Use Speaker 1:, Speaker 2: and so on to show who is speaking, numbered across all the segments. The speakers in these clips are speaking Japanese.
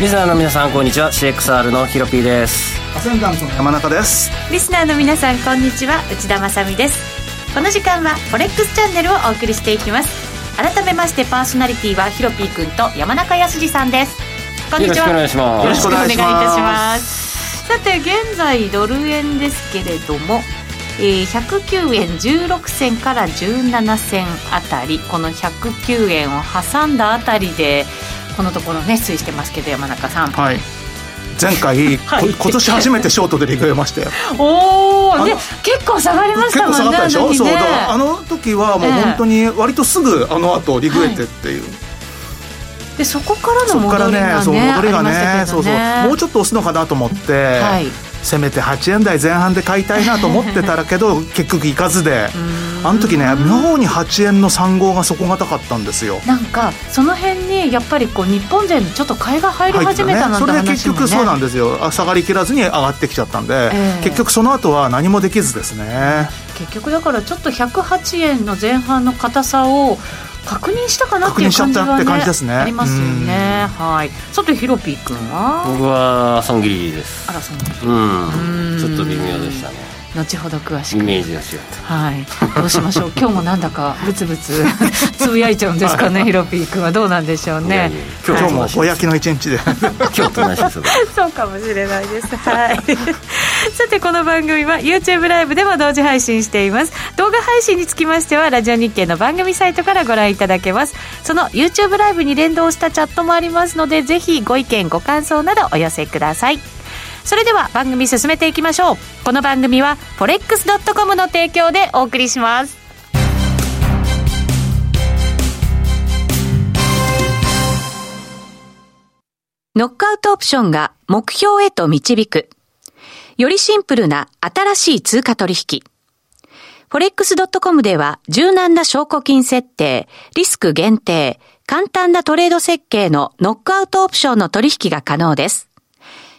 Speaker 1: リスナーの皆さんこんにちは CXR のヒロピーです
Speaker 2: アセンダントの山中です
Speaker 3: リスナーの皆さんこんにちは内田まさみですこの時間はフォレックスチャンネルをお送りしていきます改めましてパーソナリティはヒロピーくんと山中康さんですこんにちは
Speaker 1: よろしくお願いします
Speaker 3: よろしくお願いいたしますさて現在ドル円ですけれどもえー、109円16銭から17銭あたりこの109円を挟んだあたりでこのところね推移してますけど山中さん、
Speaker 2: はい前回、
Speaker 3: はい
Speaker 2: こ今年初めてショートでリグ読ましたよ
Speaker 3: お
Speaker 2: あ
Speaker 3: お
Speaker 2: の
Speaker 3: ね結構下がりまし
Speaker 2: 結
Speaker 3: た
Speaker 2: 構
Speaker 3: も
Speaker 2: 下が
Speaker 3: ん
Speaker 2: っ
Speaker 3: ね
Speaker 2: たでしょ、
Speaker 3: あの時
Speaker 2: そう
Speaker 3: ね
Speaker 2: だからあの時はも
Speaker 3: え
Speaker 2: う
Speaker 3: え
Speaker 2: 本当に割とすぐあの後リグエてっていう、
Speaker 3: でそこからの
Speaker 2: そこから
Speaker 3: 戻り
Speaker 2: ね
Speaker 3: がね
Speaker 2: そう戻りがね
Speaker 3: ありましたけ
Speaker 2: そ
Speaker 3: ど
Speaker 2: うそうもうちょっと押すのかなと思って、
Speaker 3: はい
Speaker 2: せめて8円台前半で買いたいなと思ってたら けど結局行かずであの時ね妙に8円の3号が底堅かったんですよ
Speaker 3: なんかその辺にやっぱりこう日本勢のちょっと買いが入り始めたなん
Speaker 2: そ
Speaker 3: て
Speaker 2: れで結
Speaker 3: 話もね
Speaker 2: 局そうなんですよあ下がりきらずに上がってきちゃったんで、
Speaker 3: ええ
Speaker 2: 結局その後は何もできずですね
Speaker 3: 結局だからちょっと108円の前半の硬さを確認したかなっていう感じは、ね、
Speaker 2: 確認しちゃったって感じですね
Speaker 3: ありますよねはいさてヒロピー君は
Speaker 1: 僕は損切りです
Speaker 3: あらその
Speaker 1: う
Speaker 3: う
Speaker 1: ん
Speaker 3: ん
Speaker 1: ちょっと微妙でしたね
Speaker 3: 後ほど詳し
Speaker 1: イ
Speaker 3: く
Speaker 1: メージが違っ
Speaker 3: はい、どうしましょう、 今日もなんだかブツブツ つぶやいちゃうんですかね、ヒロピー君はどうなんでしょう
Speaker 1: た
Speaker 3: ね。
Speaker 1: 今
Speaker 2: 今
Speaker 1: 日
Speaker 2: 日もおやきの一日で
Speaker 1: 今日と同じです
Speaker 3: そうかもしれないです。はい。 さて、この番組は YouTube ライブでも同時配信しています。動画配信につきましては、ラジオ日経の番組サイトからご覧いただけます。その YouTube ライブに連動したチャットもありますので、ぜひご意見、ご感想などお寄せください。それでは番組進めていきましょう。この番組は、forex.com の提供でお送りします。ノックアウトオプションが目標へと導く。よりシンプルな新しい通貨取引。forex.com では柔軟な証拠金設定、リスク限定、簡単なトレード設計のノックアウトオプションの取引が可能です。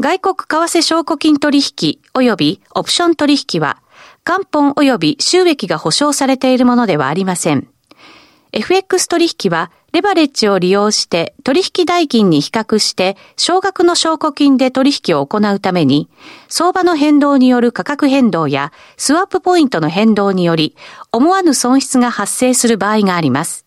Speaker 3: 外国為替証拠金取引及びオプション取引は元本及び収益が保証されているものではありません。FX 取引は、レバレッジを利用して取引代金に比較して、少額の証拠金で取引を行うために、相場の変動による価格変動や、スワップポイントの変動により、思わぬ損失が発生する場合があります。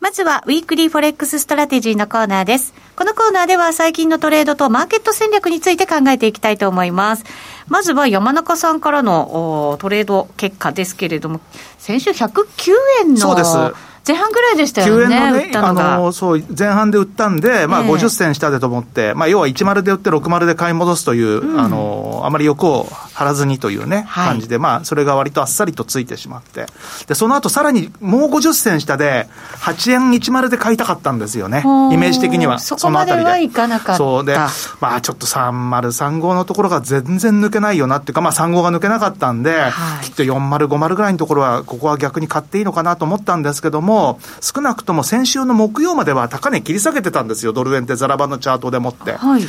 Speaker 3: まずは、ウィークリーフォレックスストラテジーのコーナーです。このコーナーでは、最近のトレードとマーケット戦略について考えていきたいと思います。まずは、山中さんからのおートレード結果ですけれども、先週109円
Speaker 2: そ
Speaker 3: の
Speaker 2: うです
Speaker 3: 前半ぐらいでした
Speaker 2: 9
Speaker 3: よ
Speaker 2: 円
Speaker 3: ね、
Speaker 2: の
Speaker 3: 売
Speaker 2: ね
Speaker 3: った
Speaker 2: あ
Speaker 3: のが。
Speaker 2: のそう前半で売ったんで、まあ、
Speaker 3: ええ
Speaker 2: 50銭下でと思って、まあ、要は10で売って60で買い戻すという、あのあまり欲を張らずにというね、
Speaker 3: はい
Speaker 2: 感じで、まあ、それが割とあっさりとついてしまってでその後さらにもう50銭下で8円10で買いたかったんですよね
Speaker 3: ほう
Speaker 2: イメージ的には
Speaker 3: そこまでは
Speaker 2: そのあたり
Speaker 3: いかなかった
Speaker 2: そうでまあちょっと3035のところが全然抜けないよなっていうか、まあ、35が抜けなかったんで、
Speaker 3: はい
Speaker 2: きっと4050ぐらいのところは、ここは逆に買っていいのかなと思ったんですけども、少なくとも先週の木曜までは高値切り下げてたんですよ、ドル円ってザラバのチャートでもって。
Speaker 3: はい。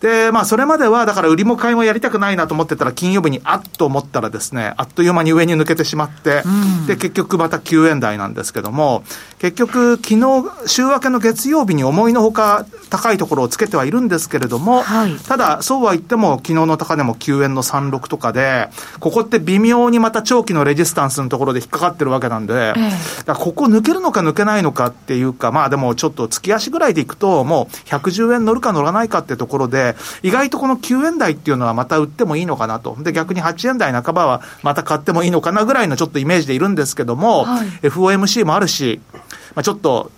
Speaker 2: で、まあ、それまでは、だから売りも買いもやりたくないなと思ってたら、金金曜日にあっと思ったらですね、あっという間に上に抜けてしまって、で、結局また9円台なんですけども、結局、昨日、週明けの月曜日に思いのほか高いところをつけてはいるんですけれども、
Speaker 3: はい
Speaker 2: ただ、そうは言っても、昨日の高値も9円の36とかで、ここって微妙にまた長期のレジスタンスのところで引っかかってるわけなんで、
Speaker 3: え
Speaker 2: だからここ抜けるのか抜けないのかっていうか、まあでもちょっと月足ぐらいでいくと、もう110円乗るか乗らないかってところで、意外とこの9円台っていうのはまた売ってもいいのかなと。で、逆に8円台半ばはまた買ってもいいのかなぐらいのちょっとイメージでいるんですけども、
Speaker 3: はい
Speaker 2: FOMC もあるし、まあちょっと、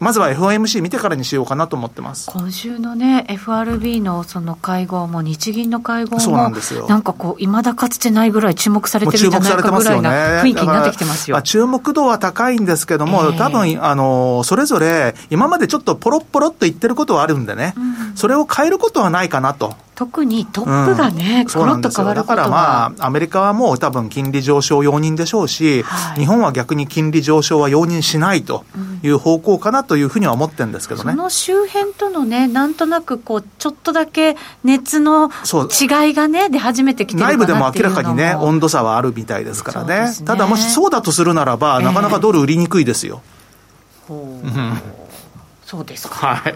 Speaker 2: まずは FOMC 見てからにしようかなと思ってます。
Speaker 3: 今週のね、FRB のその会合も、日銀の会合も、
Speaker 2: そうなんですよ
Speaker 3: なんかこう、いまだかつてないぐらい注目され
Speaker 2: も
Speaker 3: て
Speaker 2: う
Speaker 3: るんじ
Speaker 2: 注
Speaker 3: ゃ
Speaker 2: 目
Speaker 3: ない
Speaker 2: されて
Speaker 3: か
Speaker 2: ま
Speaker 3: ぐ
Speaker 2: す
Speaker 3: らい
Speaker 2: よね。
Speaker 3: な雰囲気になってきてますよ。
Speaker 2: だからあ注目度は高いんですけども、
Speaker 3: ええ
Speaker 2: 多分、あの、それぞれ、今までちょっとポロッポロっと言ってることはあるんでね、それを変えることはないかなと。
Speaker 3: 特にトップがね、
Speaker 2: そ
Speaker 3: コ
Speaker 2: うな
Speaker 3: ロ
Speaker 2: ん
Speaker 3: ッ
Speaker 2: で
Speaker 3: と
Speaker 2: す
Speaker 3: 変
Speaker 2: よ
Speaker 3: わること
Speaker 2: だ
Speaker 3: は、
Speaker 2: からまあ、アメリカはもう多分金利上昇容認でしょうし、
Speaker 3: はい
Speaker 2: 日本は逆に金利上昇は容認しないという方向かなというふうには思ってるんですけど
Speaker 3: そ
Speaker 2: ね。
Speaker 3: の周辺とのね、なんとなくこう、ちょっとだけ熱の
Speaker 2: そう
Speaker 3: 違いがね、出始めてきてる
Speaker 2: 内
Speaker 3: か
Speaker 2: 部で
Speaker 3: な
Speaker 2: も
Speaker 3: ってい
Speaker 2: 明
Speaker 3: うの
Speaker 2: らかにね、温度差はあるみたいですから
Speaker 3: そう
Speaker 2: ね。
Speaker 3: ですね
Speaker 2: ただ、もしそうだとするならば、
Speaker 3: ええ
Speaker 2: なかなかドル売りにくいですよ。
Speaker 3: ほう
Speaker 2: うん
Speaker 3: そうですか、
Speaker 2: はい。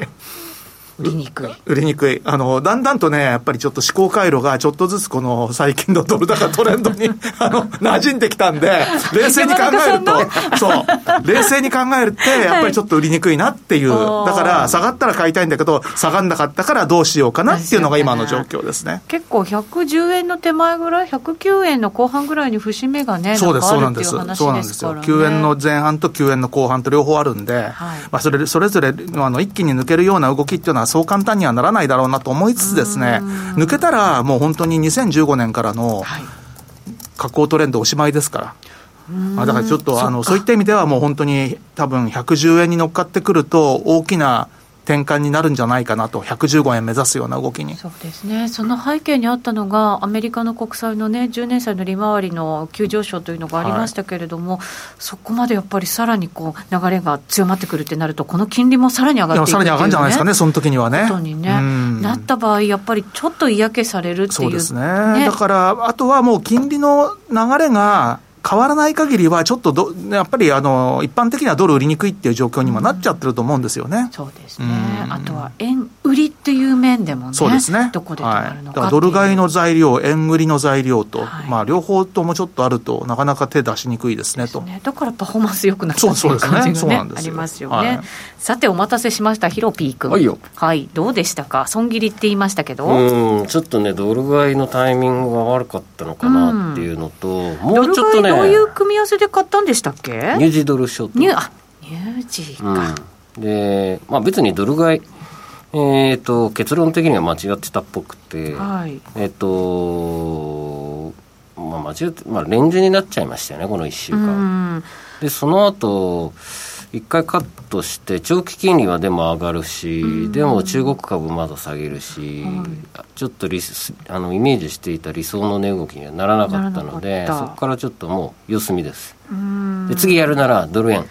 Speaker 3: 売りにくい。
Speaker 2: 売りにくい。あの、だんだんとね、やっぱりちょっと思考回路がちょっとずつこの最近のドル高トレンドに、 あの、馴染んできたんで、冷静に考える
Speaker 3: 山
Speaker 2: と、そう、冷静に考えるって、やっぱりちょっと売りにくいなっていう、
Speaker 3: おー
Speaker 2: だから下がったら買いたいんだけど、下がんなかったからどうしようかなっていうのが今の状況ですね。
Speaker 3: 結構110円の手前ぐらい、109円の後半ぐらいに節目がね、
Speaker 2: そうです、そう
Speaker 3: な
Speaker 2: なんん
Speaker 3: か
Speaker 2: です。
Speaker 3: あるっていう話
Speaker 2: そうなん
Speaker 3: で
Speaker 2: ですす
Speaker 3: か
Speaker 2: よ。
Speaker 3: らね
Speaker 2: 9円の前半と9円の後半と両方あるんで、
Speaker 3: はい
Speaker 2: まあそれ、それぞれ、あの、一気に抜けるような動きっていうのはそう簡単にはならないだろうなと思いつつですね、抜けたらもう本当に2015年からの
Speaker 3: はい
Speaker 2: 下降トレンドおしまいですから。まあだからちょっと、あの、そういった意味ではもう本当に多分110円に乗っかってくると大きな転換になるんじゃないかなと、115円目指すような動きに。
Speaker 3: そうですね、その背景にあったのが、アメリカの国債の、ね、10年債の利回りの急上昇というのがありましたけれども、そこまでやっぱりさらにこう流れが強まってくるってなると、この金利もさらに上
Speaker 2: で
Speaker 3: がっ
Speaker 2: も
Speaker 3: ていく
Speaker 2: さ
Speaker 3: っ
Speaker 2: ら
Speaker 3: てい
Speaker 2: に
Speaker 3: う、
Speaker 2: 上がるんじゃないですかね、その時にはね。
Speaker 3: ことに、ね
Speaker 2: うん
Speaker 3: なった場合、やっぱりちょっと嫌気されるってい
Speaker 2: そううですね
Speaker 3: ね
Speaker 2: だから、あとはもう金利の流れが変わらない限りは、ちょっとどやっぱりあの一般的にはドル売りにくいっていう状況にもなっちゃってると思うんですよね。
Speaker 3: そうですね、
Speaker 2: うん
Speaker 3: あとは円売りっていう面でもね、
Speaker 2: そうですね。
Speaker 3: どこで止ま
Speaker 2: は
Speaker 3: る
Speaker 2: い。
Speaker 3: のかっ
Speaker 2: だから
Speaker 3: てい
Speaker 2: ド
Speaker 3: う
Speaker 2: ル買いの材料、円売りの材料と、
Speaker 3: はい
Speaker 2: まあ両方ともちょっとあると、なかなか手出しにくいですねと。
Speaker 3: ね、だからパフォーマンス良くなったって
Speaker 2: そ
Speaker 3: いうう
Speaker 2: そうですね
Speaker 3: 感じ
Speaker 2: そう
Speaker 3: が
Speaker 2: な
Speaker 3: ね
Speaker 2: んで
Speaker 3: あ
Speaker 2: す
Speaker 3: り
Speaker 2: よ
Speaker 3: ますよね、
Speaker 2: はい
Speaker 3: さてお待たせしましたヒロピー君
Speaker 1: はいよ
Speaker 3: はいどうでしたか損切りって言いましたけど、
Speaker 1: うんちょっとねドル買いのタイミングが悪かったのかなっていうのと、も
Speaker 3: ド
Speaker 1: う
Speaker 3: ル
Speaker 1: ちょっ
Speaker 3: 買
Speaker 1: と
Speaker 3: い
Speaker 1: ね
Speaker 3: どういう組み合わせで買ったんでしたっけ
Speaker 1: ニュージードルショート
Speaker 3: ニューあニュージーか、
Speaker 1: うん、で、まあ、別にドル買い、えー、と結論的には間違ってたっぽくて、
Speaker 3: はい
Speaker 1: えっ、と、まあ、間違って、まあ、レンジになっちゃいましたよねこの1週
Speaker 3: う
Speaker 1: 間、
Speaker 3: ん
Speaker 1: でその後一回カットして長期金利はでも上がるし、でも中国株まだ下げるし、ちょっとリスあのイメージしていた理想の値動きにはならなかったの
Speaker 3: なら
Speaker 1: で
Speaker 3: なか
Speaker 1: そ
Speaker 3: った
Speaker 1: こからちょっともう様子見です、
Speaker 3: うん
Speaker 1: で次やるならドル円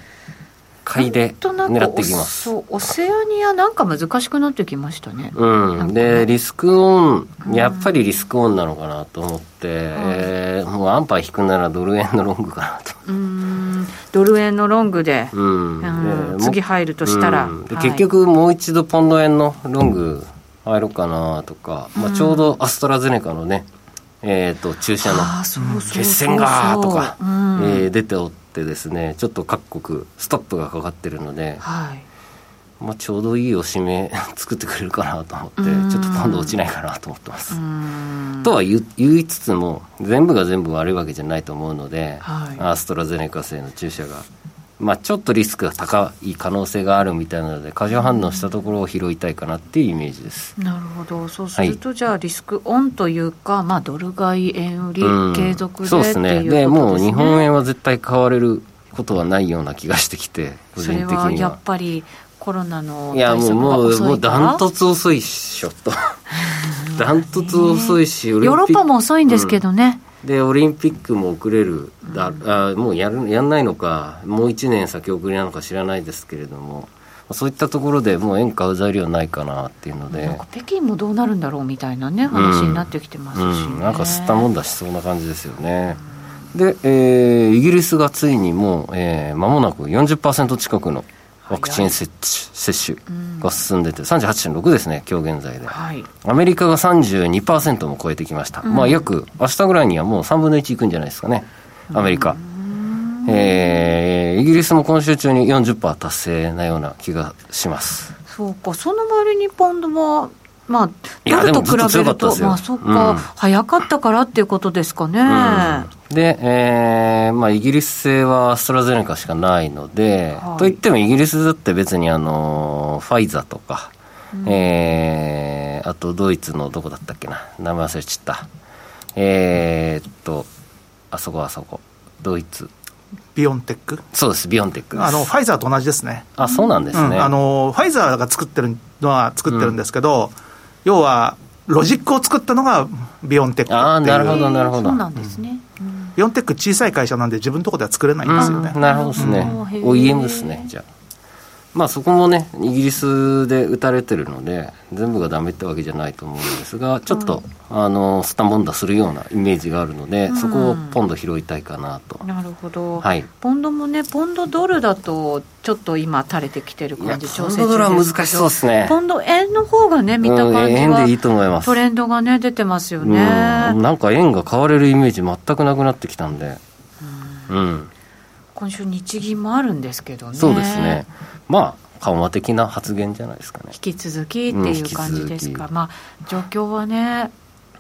Speaker 1: 買い
Speaker 3: な
Speaker 1: で
Speaker 3: んとなく
Speaker 1: 狙っていきます
Speaker 3: そうオセアニアなんか難しくなってきましたね、
Speaker 1: うん、でリスクオン、やっぱりリスクオンなのかなと思って、えーもうアンパー引くならドル円のロングかな
Speaker 3: う
Speaker 1: と、
Speaker 3: んドル円のロングで、
Speaker 1: うん
Speaker 3: うん
Speaker 1: で
Speaker 3: 次
Speaker 1: も
Speaker 3: 入るとしたら、
Speaker 1: うんで
Speaker 3: はい
Speaker 1: 結局もう一度ポンド円のロング入ろうかなとか、まあ、ちょうどアストラゼネカのね、えー、と注射の
Speaker 3: あーそうそうそうそう
Speaker 1: 決戦がーとか、
Speaker 3: うん
Speaker 1: えー出ておってですねちょっと各国ストップがかかってるので、
Speaker 3: はい
Speaker 1: まあ、ちょうどいいおしめ 作ってくれるかなと思って
Speaker 3: うん
Speaker 1: ちょっとポンド落ちないかなと思ってます
Speaker 3: うー。ん
Speaker 1: とは言う言いつつも全部が全部悪いわけじゃないと思うので、
Speaker 3: はい
Speaker 1: アストラゼネカ製の注射が、まあ、ちょっとリスクが高い可能性があるみたいなので過剰反応したところを拾いたいかなっていうイメージです。
Speaker 3: なるほどそうすると、じゃあリスクオンというか、まあ、ドル買い円売り
Speaker 1: うん
Speaker 3: 継続で
Speaker 1: そう
Speaker 3: っていうことですね
Speaker 1: でもう日本円は絶対買われることはないような気がしてきて個
Speaker 3: そ
Speaker 1: 人
Speaker 3: れ
Speaker 1: 的
Speaker 3: は
Speaker 1: に
Speaker 3: やっ
Speaker 1: は。
Speaker 3: ぱりコロナの
Speaker 1: いや
Speaker 3: 対
Speaker 1: もう
Speaker 3: 策が遅
Speaker 1: もうもう
Speaker 3: いか
Speaker 1: ダ
Speaker 3: ら
Speaker 1: ントツ遅いっしょ とダントツ遅いしヨ
Speaker 3: ヨーロッパも遅いんですけどね、
Speaker 1: でオリンピックも遅れるだ、あもうやるやんないのかもう1年先送りなのか知らないですけれどもそういったところでもう円買う材料ないかなっていうので、
Speaker 3: なんか北京もどうなるんだろうみたいなね話になってきてますし、ね
Speaker 1: うん、なんか吸ったもんだしそうな感じですよね。で、えーイギリスがついにもう、えー間もなく40%近くのワクチン接種接種が進んでて、38.6ですね、今日現在で。
Speaker 3: はい
Speaker 1: アメリカが32%も超えてきました、まあ約明日ぐらいにはもう3分の1いくんじゃないですかね、アメリカ。えーイギリスも今週中に40%達成なような気がします。
Speaker 3: そうかその割にポンドはまあ
Speaker 1: い
Speaker 3: ド
Speaker 1: や
Speaker 3: ルと
Speaker 1: でも
Speaker 3: 比
Speaker 1: ず
Speaker 3: べ
Speaker 1: っと強か
Speaker 3: る
Speaker 1: った
Speaker 3: と
Speaker 1: ですよ
Speaker 3: まあそっか、
Speaker 1: うん
Speaker 3: 早かったからっていうことですかね、
Speaker 1: で、えーまあ、イギリス製はアストラゼネカしかないので、
Speaker 3: はい
Speaker 1: といってもイギリスだって別にあのファイザーとか、えーあとドイツのどこだったっけな名前忘れちゃったえーっとあそこあそこドイツ
Speaker 2: ビオンテック。
Speaker 1: そうですビオンテックです
Speaker 2: あの、ファイザーと同じですね。
Speaker 1: あそうなんですね、
Speaker 2: うん、あのファイザーが作ってるのは作ってるんですけど、要はロジックを作ったのがビオンテック
Speaker 1: あー
Speaker 2: って
Speaker 1: なる
Speaker 2: い
Speaker 1: ほ
Speaker 2: う
Speaker 1: どなるほ
Speaker 3: そ
Speaker 1: ど
Speaker 3: うなんですね、うん
Speaker 2: ビオンテック小さい会社なんで自分のとこでは作れないんですよね、
Speaker 1: うんなるほどですね
Speaker 3: うんへー
Speaker 1: OEM ですねじゃあまあそこもねイギリスで打たれてるので全部がダメってわけじゃないと思うんですがちょっと、あのスタモンダするようなイメージがあるので、
Speaker 3: うん
Speaker 1: そこをポンド拾いたいかなと、
Speaker 3: なるほど、
Speaker 1: はい
Speaker 3: ポンドもねポンドドルだとちょっと今垂れてきてる
Speaker 1: いや
Speaker 3: 感じ
Speaker 1: ポ
Speaker 3: 調
Speaker 1: ン
Speaker 3: 整中
Speaker 1: ドドルは難
Speaker 3: です
Speaker 1: し
Speaker 3: けど
Speaker 1: そうですね
Speaker 3: ポンド円の方がね見た感じ
Speaker 1: うん円でいい
Speaker 3: は
Speaker 1: と思います
Speaker 3: トレンドがね出てますよ
Speaker 1: うん
Speaker 3: ね、
Speaker 1: なんか円が買われるイメージ全くなくなってきたんでうん
Speaker 3: 今週日銀もあるんですけどね
Speaker 1: そうですねまあ緩和的な発言じゃないですかね
Speaker 3: 引き続きっていう感じですか、
Speaker 1: うん引き続き
Speaker 3: まあ状況はね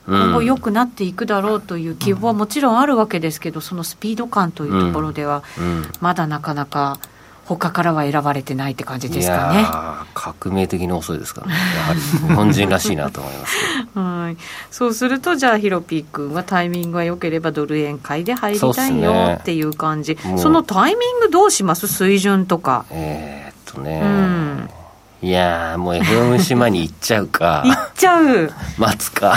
Speaker 1: うん
Speaker 3: 今後良くなっていくだろうという希望はもちろんあるわけですけど、そのスピード感というところでは、
Speaker 1: うん
Speaker 3: まだなかなか他からは選ばれてないって感じですか
Speaker 1: い
Speaker 3: ね
Speaker 1: や。ー革命的に遅いですからねやはり日本人らしいなと思いますけど
Speaker 3: はい、そうすると、じゃあ、ヒロピー君はタイミングが良ければドル円買いで入
Speaker 1: そ
Speaker 3: り
Speaker 1: うったす
Speaker 3: い
Speaker 1: ね
Speaker 3: よっていう感じ、そ
Speaker 1: もう
Speaker 3: のタイミングどうします、水準とか。
Speaker 1: えー、っとね、
Speaker 3: うん
Speaker 1: いやーもう FOMC 前に行っちゃ う
Speaker 3: いっ
Speaker 1: か
Speaker 3: ちゃ う、
Speaker 1: 待つか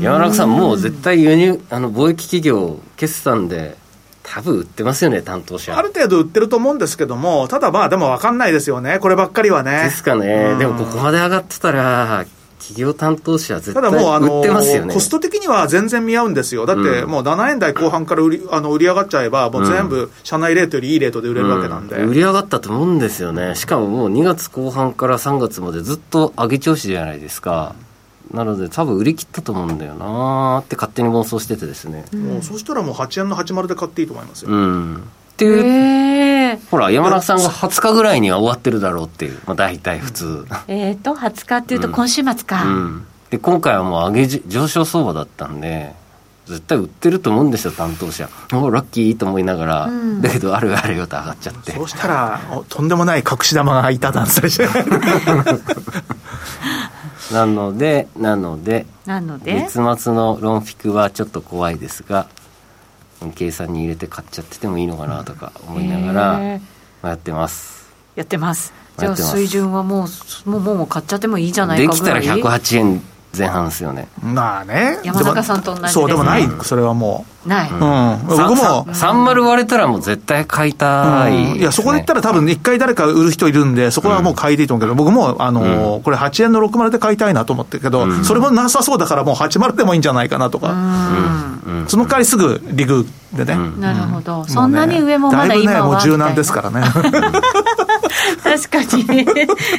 Speaker 1: 山中さんもう絶対輸入あの貿易企業決算で多分売ってますよね担当者
Speaker 2: ある程度売ってると思うんですけどもただまあでも分かんないですよねこればっかりはね
Speaker 1: ですかね、
Speaker 2: うん
Speaker 1: でもここまで上がってたら企業担当者は絶
Speaker 2: た
Speaker 1: 対
Speaker 2: だもうあの
Speaker 1: 売ってますよね
Speaker 2: コスト的には全然見合うんですよだって
Speaker 1: うん
Speaker 2: もう7円台後半から売りあの売り上がっちゃえばもう全部社内レートよりいいレートで売れるわけなんで、
Speaker 1: うん売り上がったと思うんですよねしかももう2月後半から3月までずっと上げ調子じゃないですかなので多分売り切ったと思うんだよなーって勝手に妄想しててですね
Speaker 2: もうそしたらもう8円の80で買っていいと思いますよ、
Speaker 1: うんって
Speaker 3: え
Speaker 1: いう、
Speaker 3: ー、
Speaker 1: ほら山中さんが20日ぐらいには終わってるだろうっていう、まあ、大体普通
Speaker 3: えーと20日っていうと、今週末か、
Speaker 1: うんで今回はもう上げじ上昇相場だったんで絶対売ってると思うんですよ担当者もうラッキーと思いながら、
Speaker 3: うん
Speaker 1: だけどあるよあるよと上がっちゃって
Speaker 2: そうしたら、おとんでもない隠し玉がいたなんて言ったりして
Speaker 1: なのでなので
Speaker 3: なので、
Speaker 1: 月末のロンフィクはちょっと怖いですが計算に入れて買っちゃっててもいいのかなとか思いながら
Speaker 3: へー
Speaker 1: まあやってます
Speaker 3: やってます。じゃ
Speaker 1: や
Speaker 3: あ
Speaker 1: ってます
Speaker 3: 水準はもう、もう、もう買っちゃってもいいじゃない
Speaker 1: で
Speaker 3: か
Speaker 1: き
Speaker 3: ぐ
Speaker 1: た
Speaker 3: ら
Speaker 1: ら
Speaker 3: い。
Speaker 1: 108円前半ですよね
Speaker 2: まあね。
Speaker 3: 山中さんと同じです
Speaker 2: そう、でもない
Speaker 1: うん、
Speaker 2: それはも
Speaker 3: ない。
Speaker 2: う。うん。僕も、
Speaker 1: 30割れたらもう絶対買いたいですね、
Speaker 2: うんいや、そこで言ったら多分一回誰か売る人いるんで、そこはもう買いでいいと思うけど、僕も、あのー、これ8円の60で買いたいなと思ってるけど、それもなさそうだからもう80でもいいんじゃないかなとか。
Speaker 1: うん
Speaker 2: その代わりすぐリグでね。
Speaker 1: ん
Speaker 3: なるほど、
Speaker 2: うね
Speaker 3: そんなに上もまだ
Speaker 2: いぶ
Speaker 3: 今
Speaker 2: ね、
Speaker 3: は
Speaker 2: もう柔
Speaker 3: みたい
Speaker 2: 軟
Speaker 3: な
Speaker 2: で すからね。
Speaker 3: 確かに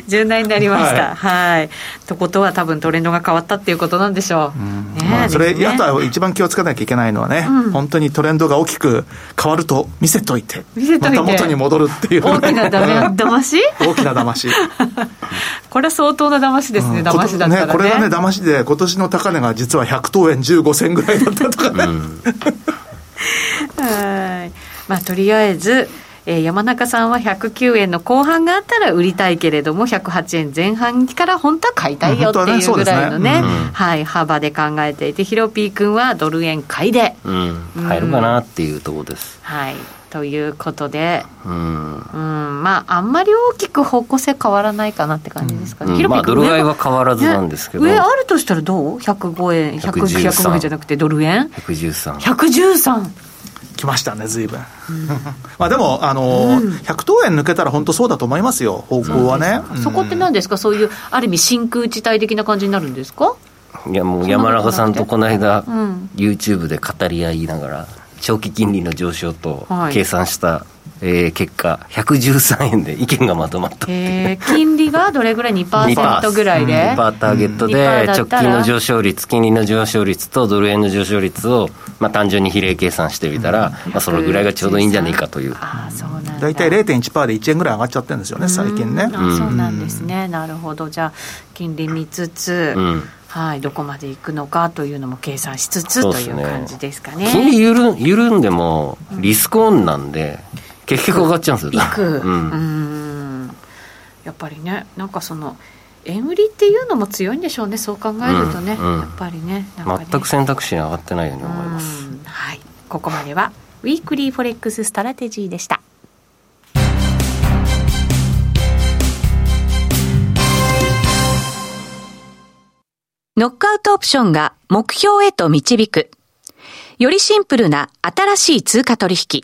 Speaker 3: 柔軟になりましたはいとことは多分トレンドが変わったっていうことなんでしょう、ねえ
Speaker 2: まあそれ、
Speaker 3: ですね
Speaker 2: あとは一番気をつけなきゃいけないのはね、
Speaker 3: うん
Speaker 2: 本当にトレンドが大きく変わると見せといて、
Speaker 3: 見せといて
Speaker 2: また元に戻るっていう、
Speaker 3: 大きな ダメ騙し
Speaker 2: 大きな 騙し。
Speaker 3: これは相当な騙しですね、騙しだったらね
Speaker 2: これがね、騙しで、今年の高値が実は100等円15銭ぐらいだったとかね。
Speaker 3: はいまあとりあえず、えー山中さんは109円の後半があったら売りたいけれども108円前半から本当は買いたいよって
Speaker 2: うん本当はね
Speaker 3: いうぐらいのね
Speaker 2: そうです
Speaker 1: ねうん
Speaker 3: はい、幅で考えていてヒロピー君はドル円買いで
Speaker 1: うん入るかなっていうところです
Speaker 3: はいということで
Speaker 1: うん
Speaker 3: うんまああんまり大きく方向性変わらないかなって感じですかね、
Speaker 1: うん
Speaker 3: ヒロピ
Speaker 1: ま
Speaker 3: ー
Speaker 1: あ
Speaker 3: 君
Speaker 1: ドル買いは変わらずなんですけど、
Speaker 3: ね上あるとしたらどう105円1 0 0
Speaker 1: 113
Speaker 3: 105円じゃなくてドル円
Speaker 1: 113
Speaker 3: 113
Speaker 2: 来ましたね、ずいぶん。まあでも、あのー、100等円抜けたら本当そうだと思いますよ、方向はね。うん
Speaker 3: そこって何ですか、そういう、ある意味、真空地帯的な感じになるんですか、
Speaker 1: いやもう山中さんとこの間、YouTube で語り合いながら長期金利の上昇と
Speaker 3: はい
Speaker 1: 計算した、えー結果113円で意見がまとまった
Speaker 3: えー金利がどれぐらい、2%ぐらいで
Speaker 1: 2%、ターゲット
Speaker 3: うん
Speaker 1: で
Speaker 3: 2%だっ
Speaker 1: 直
Speaker 3: たら
Speaker 1: 近の上昇率金利の上昇率とドル円の上昇率を、まあ、単純に比例計算してみたら、まあ、そのぐらいがちょうどいいんじゃないかという
Speaker 3: ああそうなんだ
Speaker 2: 大体0.1%で1円ぐらい上がっちゃってるんですよね、最近ね。
Speaker 3: あそうなんですね、なるほど、じゃあ、金利見つつ、
Speaker 1: うん
Speaker 3: はい、どこまでいくのかというのも計算しつつ
Speaker 1: そう
Speaker 3: と
Speaker 1: っす
Speaker 3: い
Speaker 1: ね
Speaker 3: う感じですか
Speaker 1: 金
Speaker 3: ね。
Speaker 1: 利緩ん緩んでもリスクオンなんで結局上がっちゃうんです
Speaker 3: い
Speaker 1: よ
Speaker 3: く、う
Speaker 1: うんん
Speaker 3: やっぱりね、なんかその、円売りっていうのも強いんでしょうね、そう考えるとね、
Speaker 1: うんうん
Speaker 3: やっぱりね、なんかね
Speaker 1: 全く選択肢に上がってないように思います
Speaker 3: うんはい、ここまではウィークリーフォレックスストラテジーでした。
Speaker 4: ノックアウトオプションが目標へと導く。よりシンプルな新しい通貨取引。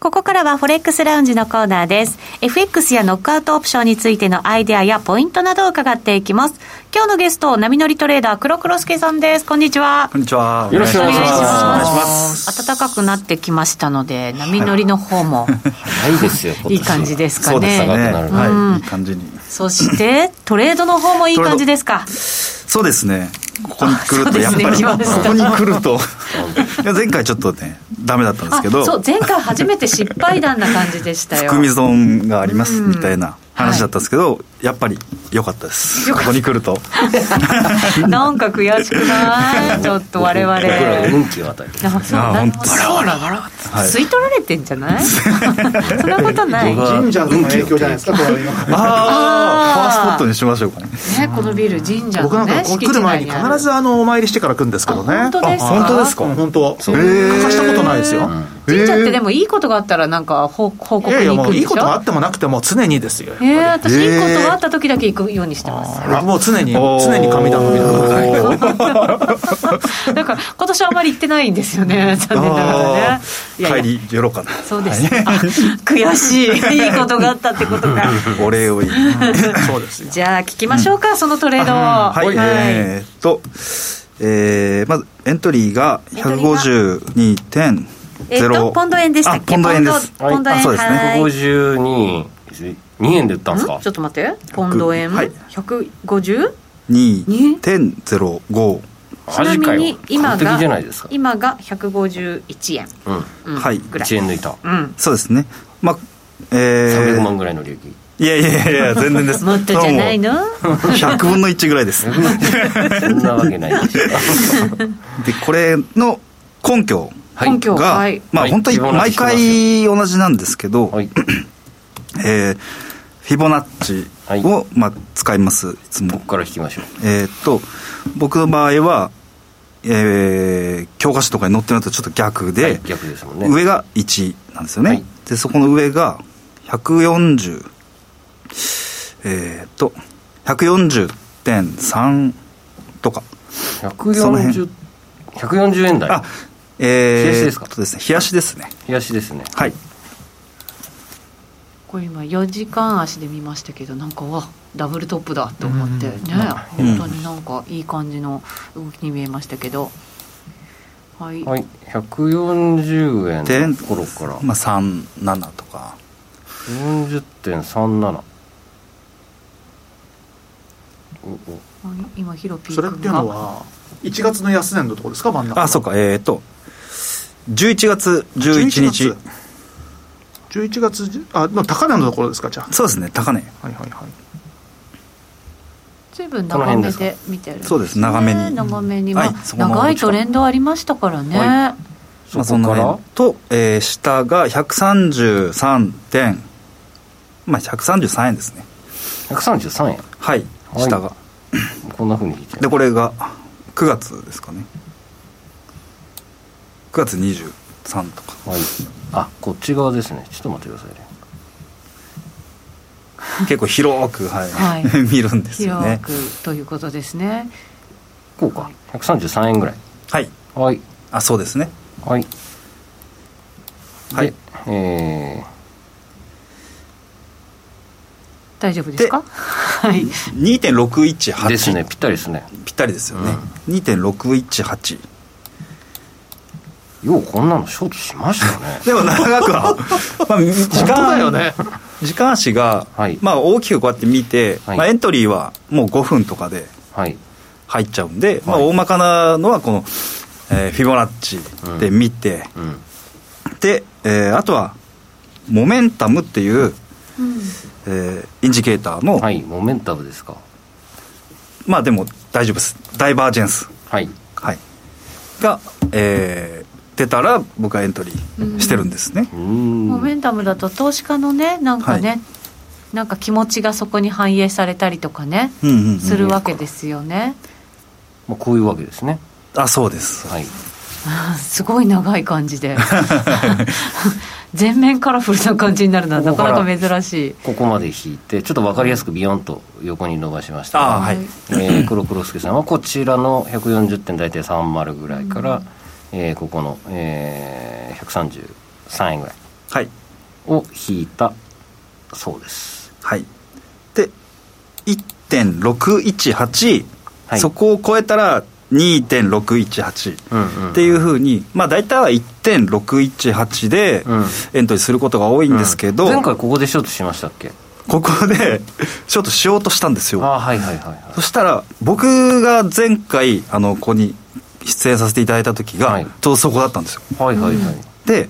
Speaker 3: ここからはフォレックスラウンジのコーナーです。FX やノックアウトオプションについてのアイデアやポイントなどを伺っていきます。今日のゲスト、波乗りトレーダー、黒黒助さんです。こんにちは。
Speaker 5: こんにちは。
Speaker 1: よろしくお願いします
Speaker 3: す。暖かくなってきましたので、波乗りの方も
Speaker 1: ないですよ今
Speaker 3: い
Speaker 1: 年
Speaker 3: い感じですか
Speaker 5: そうです
Speaker 1: 下が
Speaker 5: ね。
Speaker 3: ね。
Speaker 1: ってなる
Speaker 5: はい、いい感じに。
Speaker 3: そして、トレードの方もいい感じですか。
Speaker 5: そうですね。ここに来るとやっぱ
Speaker 3: そうで
Speaker 5: り、
Speaker 3: すね来
Speaker 5: こ
Speaker 3: ました
Speaker 5: こに来ると。いや前回ちょっとね、ダメだったんです
Speaker 3: あ
Speaker 5: け
Speaker 3: そう
Speaker 5: ど、
Speaker 3: 前回初めて失敗談な感じでしたよ
Speaker 5: 含み損がありますみたいな
Speaker 3: はい
Speaker 5: 話だったんですけど、やっぱり良かったです。ここに来ると。
Speaker 3: なんか悔しくないちょっと我々
Speaker 1: 僕らは運気を与えて
Speaker 3: あそう
Speaker 5: あ
Speaker 3: な
Speaker 5: 本
Speaker 3: る
Speaker 5: 当
Speaker 3: ほどそうなの、
Speaker 5: い
Speaker 3: 吸い取られてんじゃないそんなことない、
Speaker 1: 僕
Speaker 3: ね、
Speaker 1: は
Speaker 2: 神社の影響じゃないですか、これは今。
Speaker 5: ああ、ファーストポットにしましょうかね。
Speaker 3: このビル神社
Speaker 2: 僕な
Speaker 3: の
Speaker 2: んか
Speaker 3: ね
Speaker 2: こう
Speaker 3: 敷
Speaker 2: 来
Speaker 3: 地
Speaker 2: る前
Speaker 3: 内
Speaker 2: に
Speaker 3: にある
Speaker 2: 必ずあのお参りしてから来るんですけどね
Speaker 3: あ本当ですか
Speaker 5: あ本当ですか
Speaker 2: うん本当欠
Speaker 5: へー
Speaker 2: かしたことないですよ
Speaker 3: 神社ってでもいいことがあったらなんか報報
Speaker 2: い
Speaker 3: 告
Speaker 2: やいや
Speaker 3: に行
Speaker 2: も
Speaker 3: く
Speaker 2: うんい
Speaker 3: で
Speaker 2: い
Speaker 3: し
Speaker 2: ことがあ
Speaker 3: ょ
Speaker 2: ってもなくても常にですよ
Speaker 3: えー、私いいこと
Speaker 5: えー
Speaker 3: があった時だけ行くようにしてます、
Speaker 2: 僕もう常に
Speaker 5: おー
Speaker 2: 常に神頼みだから
Speaker 3: なんか今年あまり行ってないんですよ ね残念ながら
Speaker 5: あ
Speaker 3: ねいやいや
Speaker 5: ー帰り寄ろうかな。
Speaker 3: そうです、あ悔しい いいことがあったってことか
Speaker 5: お礼を言いに。
Speaker 2: そうですよ
Speaker 3: じゃあ聞きましょうか、そのトレードを
Speaker 5: はい、えーっと、えー、まずエントリーが152.0。
Speaker 3: えーっとポンド円でしたっけ
Speaker 5: あポンド円です。
Speaker 3: ポンドポンド円
Speaker 5: あそうですね。
Speaker 3: はい
Speaker 1: 152 2円で売ったんですか
Speaker 3: んちょっと待ってポンド円、
Speaker 5: はい
Speaker 3: 150?
Speaker 5: 2.05。
Speaker 3: ちなみに今
Speaker 1: 完璧
Speaker 3: が
Speaker 1: じゃないですか
Speaker 3: 今が151円、
Speaker 1: うん
Speaker 3: うん
Speaker 5: はい
Speaker 3: ぐらい
Speaker 1: 1円抜いた
Speaker 3: うん
Speaker 5: そうですね。まあ、え
Speaker 1: 300
Speaker 5: ー、
Speaker 1: 万ぐらいの利益
Speaker 5: いやいやいや、全然です。
Speaker 3: もっとじゃないの
Speaker 5: もう ?100 分の1ぐら いです。
Speaker 1: そんなわけないでしょ
Speaker 5: で、これの根拠
Speaker 1: はい
Speaker 3: 根拠
Speaker 5: が、
Speaker 3: はい
Speaker 5: まあ
Speaker 1: はい
Speaker 5: 本当に
Speaker 1: 一番同じ
Speaker 5: 毎回同じなんですけど、
Speaker 1: はい
Speaker 5: えーフィボナッチ
Speaker 1: はい
Speaker 5: を、まあ、使いますいつも
Speaker 1: ここから引きましょう
Speaker 5: えーっと僕の場合は、えー教科書とかに載ってるのとちょっと逆で、
Speaker 1: はい逆ですもんね
Speaker 5: 上が1なんですよね、
Speaker 1: はい
Speaker 5: でそこの上が140えーっと140.3とかその辺
Speaker 1: 140 140円台
Speaker 5: あえー、
Speaker 1: 冷やしですか
Speaker 5: えっとですね冷やしですね
Speaker 1: 冷やしですね
Speaker 5: はい
Speaker 6: これ今4時間足で見ましたけどなんかわダブルトップだと思ってね、
Speaker 5: うん
Speaker 6: 本当になんかいい感じの動きに見えましたけどはい、
Speaker 1: はい140円のところから
Speaker 5: まあ37とか
Speaker 1: 40.37おお
Speaker 6: 今ヒロピー
Speaker 2: それっ
Speaker 6: 君
Speaker 2: ていうの
Speaker 6: が
Speaker 2: は1月の安値のところですか真ん中
Speaker 5: あそうかえーっと11月11
Speaker 2: 11
Speaker 5: 日
Speaker 2: 月11月じあの高値のところですかじゃ
Speaker 5: そうですね高値
Speaker 2: あはいはいはい
Speaker 6: 随分
Speaker 1: この
Speaker 6: 長
Speaker 1: 辺
Speaker 6: め
Speaker 1: ですか
Speaker 6: で見てるん
Speaker 5: そうです長めに
Speaker 6: 長めに、まあ
Speaker 5: はいそこも
Speaker 6: 長いトレンドありましたからね、
Speaker 1: は
Speaker 5: まあ、
Speaker 1: そ
Speaker 5: そ
Speaker 1: こ
Speaker 5: の
Speaker 1: から
Speaker 5: 辺と、えー下が133点、まあ、133円ですね
Speaker 1: 133円
Speaker 5: はい
Speaker 1: はい
Speaker 5: 下が、
Speaker 1: こんなふうに引いて
Speaker 5: でこれが9月ですかね9月23とか
Speaker 1: はいあこっち側ですねちょっと待ってくださいね
Speaker 5: 結構広く、はい
Speaker 6: はい
Speaker 5: 見るんですよ
Speaker 6: 広
Speaker 5: ね
Speaker 6: くということですね
Speaker 1: こうか133円ぐらい
Speaker 5: はい
Speaker 1: はい
Speaker 5: あそうですね
Speaker 1: はい
Speaker 5: はい
Speaker 1: でえ
Speaker 6: 大丈夫ですかはい
Speaker 1: ー、
Speaker 5: 2.618
Speaker 1: ですねぴったりですね
Speaker 5: ぴったりですよね、2.618
Speaker 1: ようこんなのショートしましたね
Speaker 5: でも長 くは、まあ、時間だよね時間足が、
Speaker 1: はい
Speaker 5: まあ、大きくこうやって見て、
Speaker 1: はい
Speaker 5: まあ、エントリーはもう5分とかで
Speaker 1: はい
Speaker 5: 入っちゃうんで、まあ、
Speaker 1: はい
Speaker 5: 大まかなのはこの、えーフィボナッチで見て、
Speaker 1: うん
Speaker 5: で、えーあとはモメンタムっていう、えーインジケーターの、
Speaker 1: はいモメンタムですか
Speaker 5: まあでも大丈夫ですダイバージェンス、
Speaker 1: はい
Speaker 5: はい、が、えー出たら僕はエントリーしてるんですね、
Speaker 1: うーん
Speaker 6: モメンタムだと投資家のねなんかね、
Speaker 5: はい
Speaker 6: なんか気持ちがそこに反映されたりとかね、
Speaker 5: うんうんうん
Speaker 6: するわけですよね、
Speaker 1: まあ、こういうわけですね
Speaker 5: あそうです
Speaker 1: はい
Speaker 6: すごい長い感じで全面カラフルな感じになるのはなかなか珍しい
Speaker 1: ここまで引いてちょっと分かりやすくビヨンと横に伸ばしました
Speaker 5: あー
Speaker 1: が
Speaker 5: はい、
Speaker 1: え ー、黒黒助さんはこちらの140点大体30ぐらいから、えーここの、えー、133円ぐらい
Speaker 5: はい
Speaker 1: を引いたそうです
Speaker 5: はい、で1.618、
Speaker 1: はい
Speaker 5: そこを超えたら2.618、
Speaker 1: うんうん
Speaker 5: っていうふうに、まあ、大体は1.618で
Speaker 1: うん
Speaker 5: エントリーすることが多いんですけど、
Speaker 1: 前回ここでショートしましたっけ
Speaker 5: ここでちょっとしようとしたんですよ
Speaker 1: ああはいはいはい
Speaker 5: そ
Speaker 1: は
Speaker 5: したら僕が前回あのここに出演させていただいた時が、
Speaker 1: はい
Speaker 5: ちょうどそこだったんですよ
Speaker 1: いはいはいはい、
Speaker 5: で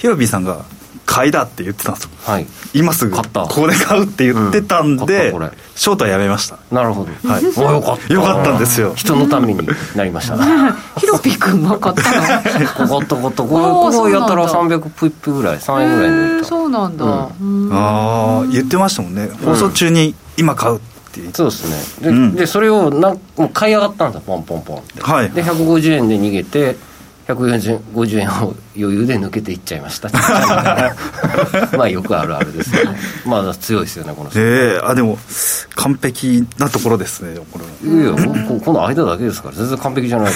Speaker 5: ヒロビーさんが「買いだ」って言ってたんですよ
Speaker 1: はい
Speaker 5: 今すぐ
Speaker 1: 買った
Speaker 5: ここで買うって言ってたん
Speaker 1: うん買っ
Speaker 5: で、
Speaker 1: たこれ
Speaker 5: ショートはやめました
Speaker 1: なるほど、
Speaker 5: はい
Speaker 1: およかった
Speaker 5: よかったんですよ
Speaker 1: 人のためになりました こ
Speaker 6: ヒロピー君が買ったの
Speaker 1: ことこと こ
Speaker 6: おー
Speaker 1: こをやったら
Speaker 6: そうなん
Speaker 1: 300プイップぐらい3円ぐらい
Speaker 6: へ
Speaker 1: 抜
Speaker 6: え
Speaker 1: いた
Speaker 6: そうなんだ、うん
Speaker 5: ああ言ってましたもんね放送中に「今買う」って言って、
Speaker 1: そうですねで,、
Speaker 5: うん
Speaker 1: でそれをなんもう買い上がったんですよポンポンポンって、
Speaker 5: はい
Speaker 1: で150円で逃げて150円を余裕で抜けていっちゃいま したまあよくあるあるですよねまあ強いですよねこの人
Speaker 5: ええあでも完璧なところですね これも
Speaker 1: いやいやこここの間だけですから全然完璧じゃない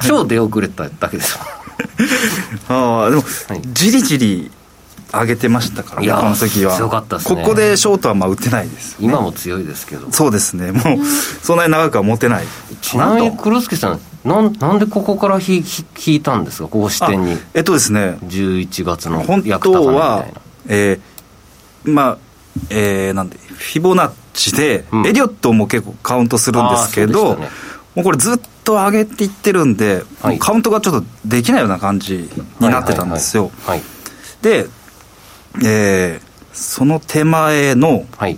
Speaker 1: 超超出遅れただけです
Speaker 5: ああでも、
Speaker 1: い
Speaker 5: じりじり上げてましたから
Speaker 1: いやー
Speaker 5: この時は
Speaker 1: 強かったっすね
Speaker 5: ここでショートはまあ打てないです
Speaker 1: 今も強いですけど
Speaker 5: そうですねもうそんなに長くは持てない
Speaker 1: ちなみ
Speaker 5: な
Speaker 1: に
Speaker 5: んと
Speaker 1: 黒助さんなんなんでここから引引引いたんですかこう視点に
Speaker 5: あえっとですね
Speaker 1: 11月の
Speaker 5: 本
Speaker 1: 役高値
Speaker 5: 当
Speaker 1: み
Speaker 5: は
Speaker 1: たいな
Speaker 5: えーまあえーなんでフィボナッチで、
Speaker 1: うん
Speaker 5: エリオットも結構カウントするんですけ
Speaker 1: あー
Speaker 5: ど、
Speaker 1: そうでしたね
Speaker 5: もうこれずっと上げていってるんで、
Speaker 1: はい
Speaker 5: もうカウントがちょっとできないような感じになってたんですよ、
Speaker 1: はい
Speaker 5: で、えーその手前の
Speaker 1: はい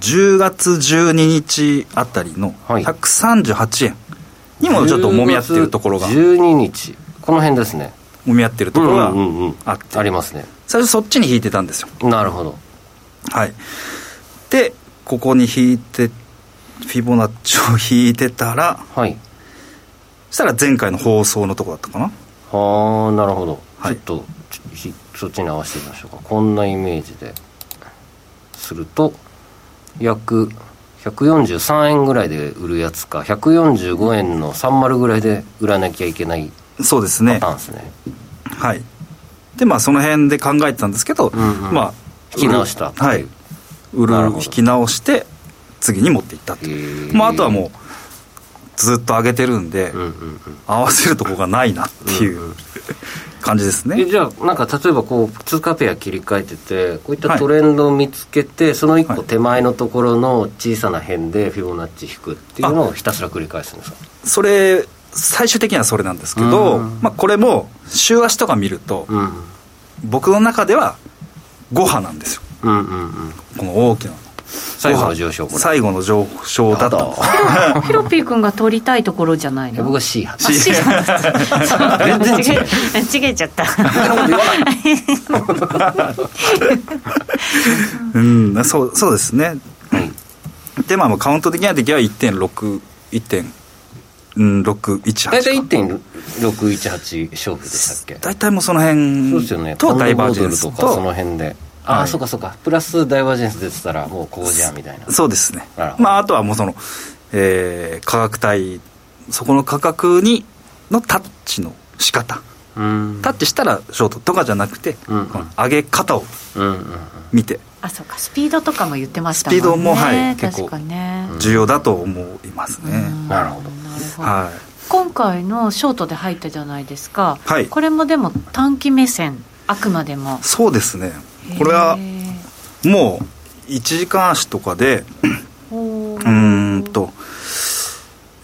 Speaker 5: 10月12日あたりの
Speaker 1: はい
Speaker 5: 138円にもちょっと揉み合ってるところが揉
Speaker 1: 12日この辺ですね
Speaker 5: み合ってるところが
Speaker 1: うんうんうんうん
Speaker 5: あって
Speaker 1: ありますね
Speaker 5: 最初そっちに引いてたんですよ
Speaker 1: なるほど
Speaker 5: はい、でここに引いてフィボナッチを引いてたら
Speaker 1: はい
Speaker 5: そしたら前回の放送のとこだったかな
Speaker 1: はあなるほど、
Speaker 5: はい
Speaker 1: ちょっとちょひそっちに合わせてみましょうかこんなイメージですると約143円ぐらいで売るやつか145円の30ぐらいで売らなきゃいけない
Speaker 5: そうです
Speaker 1: パ
Speaker 5: ね
Speaker 1: ターンですね
Speaker 5: はいでまあその辺で考えてたんですけど、
Speaker 1: んうん
Speaker 5: まあ
Speaker 1: 引き直したっていう
Speaker 5: はい売る
Speaker 1: なるほど
Speaker 5: 引き直して次に持っていったっていうまああとはもうずっと上げてるんで、
Speaker 1: うんうんうん
Speaker 5: 合わせるとこがないなっていう感じです
Speaker 1: え
Speaker 5: ね
Speaker 1: じゃあなんか例えばこう通貨ペア切り替えててこういった
Speaker 5: はい
Speaker 1: トレンドを見つけて、その一
Speaker 5: は
Speaker 1: 個
Speaker 5: い
Speaker 1: 手前のところの小さな辺でフィボナッチ引くっていうのをひたすら繰り返すんですか
Speaker 5: それ最終的にはそれなんですけど、
Speaker 1: うん
Speaker 5: まあ、これも週足とか見ると、
Speaker 1: うん
Speaker 5: 僕の中では5波なんですよ
Speaker 1: うんうんうん
Speaker 5: この大きな
Speaker 1: 最後の上昇これ
Speaker 5: 最後の上昇だったんです
Speaker 6: ヒロピー君が取りたいところじゃない
Speaker 1: い
Speaker 6: の
Speaker 1: や僕は C 派です
Speaker 6: 間
Speaker 1: 全然違う
Speaker 6: 違えちげえちゃった
Speaker 5: うんそうそうですね、でまあまあカウント的な時は1.6 1.618
Speaker 1: 大体1.618勝負でしたっけ
Speaker 5: 大体もうその
Speaker 1: そうですよね
Speaker 5: 辺とダイバージェン
Speaker 1: ポ
Speaker 5: ス
Speaker 1: ンドボードルとかその
Speaker 5: と
Speaker 1: 辺でああ、そうかそうかプラスダイバージェンス出てたらもうこうじゃみたいな
Speaker 5: そうですね
Speaker 1: なるほど
Speaker 5: まああとはもうその、えー価格帯そこの価格にのタッチの仕方
Speaker 1: うん
Speaker 5: タッチしたらショートとかじゃなくて、
Speaker 1: うんうん
Speaker 5: この上げ方を
Speaker 1: うんうんうん
Speaker 5: 見て
Speaker 6: あそうかスピードとかも言ってましたもん
Speaker 5: スピードもはい
Speaker 6: ね
Speaker 5: 結構
Speaker 6: 確かね、
Speaker 5: 重要だと思いますね、
Speaker 6: うん
Speaker 1: なるほど
Speaker 6: なるほど
Speaker 5: は
Speaker 6: 今回のショートで入ったじゃないですか、
Speaker 5: はい
Speaker 6: これもでも短期目線あくまでも
Speaker 5: いそうですねこれは
Speaker 6: へ
Speaker 5: もう1時間足とかで
Speaker 6: ーお
Speaker 5: う
Speaker 6: ー
Speaker 5: ーんと、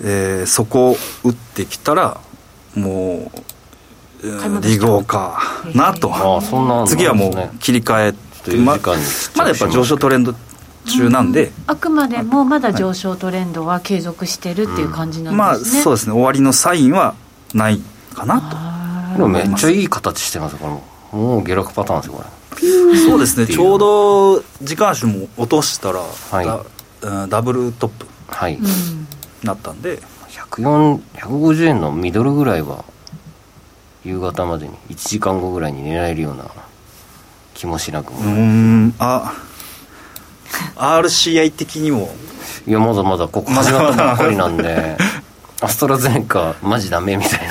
Speaker 5: えーそこを打ってきたらもう、え
Speaker 6: 買い戻
Speaker 5: ー、
Speaker 6: し
Speaker 5: リ
Speaker 6: た
Speaker 5: ゴかなと、
Speaker 1: ああそんなのあるんですね
Speaker 5: 次はもう切り替え
Speaker 1: という時間に
Speaker 5: ままだやっぱ上昇トレンド中なんで、
Speaker 6: あくまでもまだ上昇トレンドは継続してるっていう感じ
Speaker 5: ま
Speaker 6: なん
Speaker 5: あ
Speaker 6: ですね、
Speaker 5: そうですね終わりのサインはないかな
Speaker 1: でもめっちゃいい形してますよこれもうもう下落パターンですよこれ
Speaker 5: とそうですね
Speaker 1: っていう
Speaker 5: ちょうど時間足も落としたら、だうんダブルトップ
Speaker 1: はい、
Speaker 6: うん
Speaker 5: になったんで
Speaker 1: 104 150円のミドルぐらいは夕方までに1時間後ぐらいに狙えるような気もしなくも
Speaker 5: うー
Speaker 1: ない、
Speaker 5: んあ RCI 的にも
Speaker 1: いやまだまだここ始まったばっかりなんでアストラゼネカマジダメみたい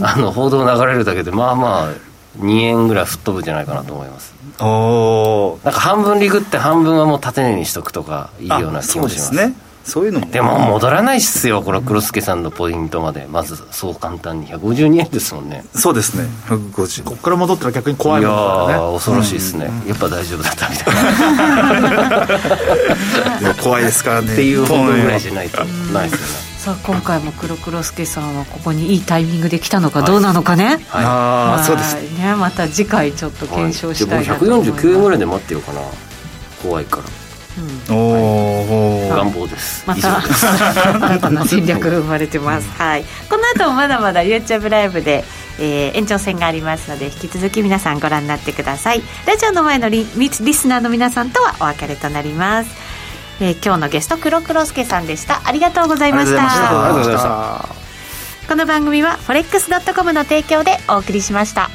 Speaker 1: なあの報道流れるだけでまあまあ2円ぐらい吹っ飛ぶんじゃないかなと思います
Speaker 5: お
Speaker 1: なんか半分リグって半分はもう縦値にしとくとかいいような気もします
Speaker 5: そうですねそういうのも
Speaker 1: でも戻らないっすよこれ黒助さんのポイントまでまずそう簡単に152円ですもんね
Speaker 5: そうですね150
Speaker 2: こっから戻ったら逆に怖いもんだか
Speaker 1: や
Speaker 2: らね
Speaker 1: ー恐ろしいですね、やっぱ大丈夫だった みたいなっ
Speaker 5: でも怖いですからねって
Speaker 1: いうほどぐらいじゃないとないですよね
Speaker 6: さあ今回も黒黒助さんはここにいいタイミングで来たのかどうなのかね、
Speaker 1: はい
Speaker 5: ああそうです
Speaker 6: すねまた次回ちょっと検証したいなと思います、
Speaker 1: 僕149円ぐらいで待ってようかな怖いから
Speaker 6: うん
Speaker 5: おお
Speaker 1: 願望です
Speaker 6: ま
Speaker 1: 以上
Speaker 6: た
Speaker 1: です
Speaker 6: 新たな戦略が生まれてます
Speaker 4: はい、この後もまだまだ YouTube ライブで、えー延長戦がありますので引き続き皆さんご覧になってくださいラジオの前のリリリスナーの皆さんとはお別れとなります、えー今日のゲスト黒黒助さんでしたありがとうございまし
Speaker 5: ありがとうございました
Speaker 1: ありがとうございました
Speaker 2: さあ
Speaker 4: この番組は forex.com の提供でお送りしました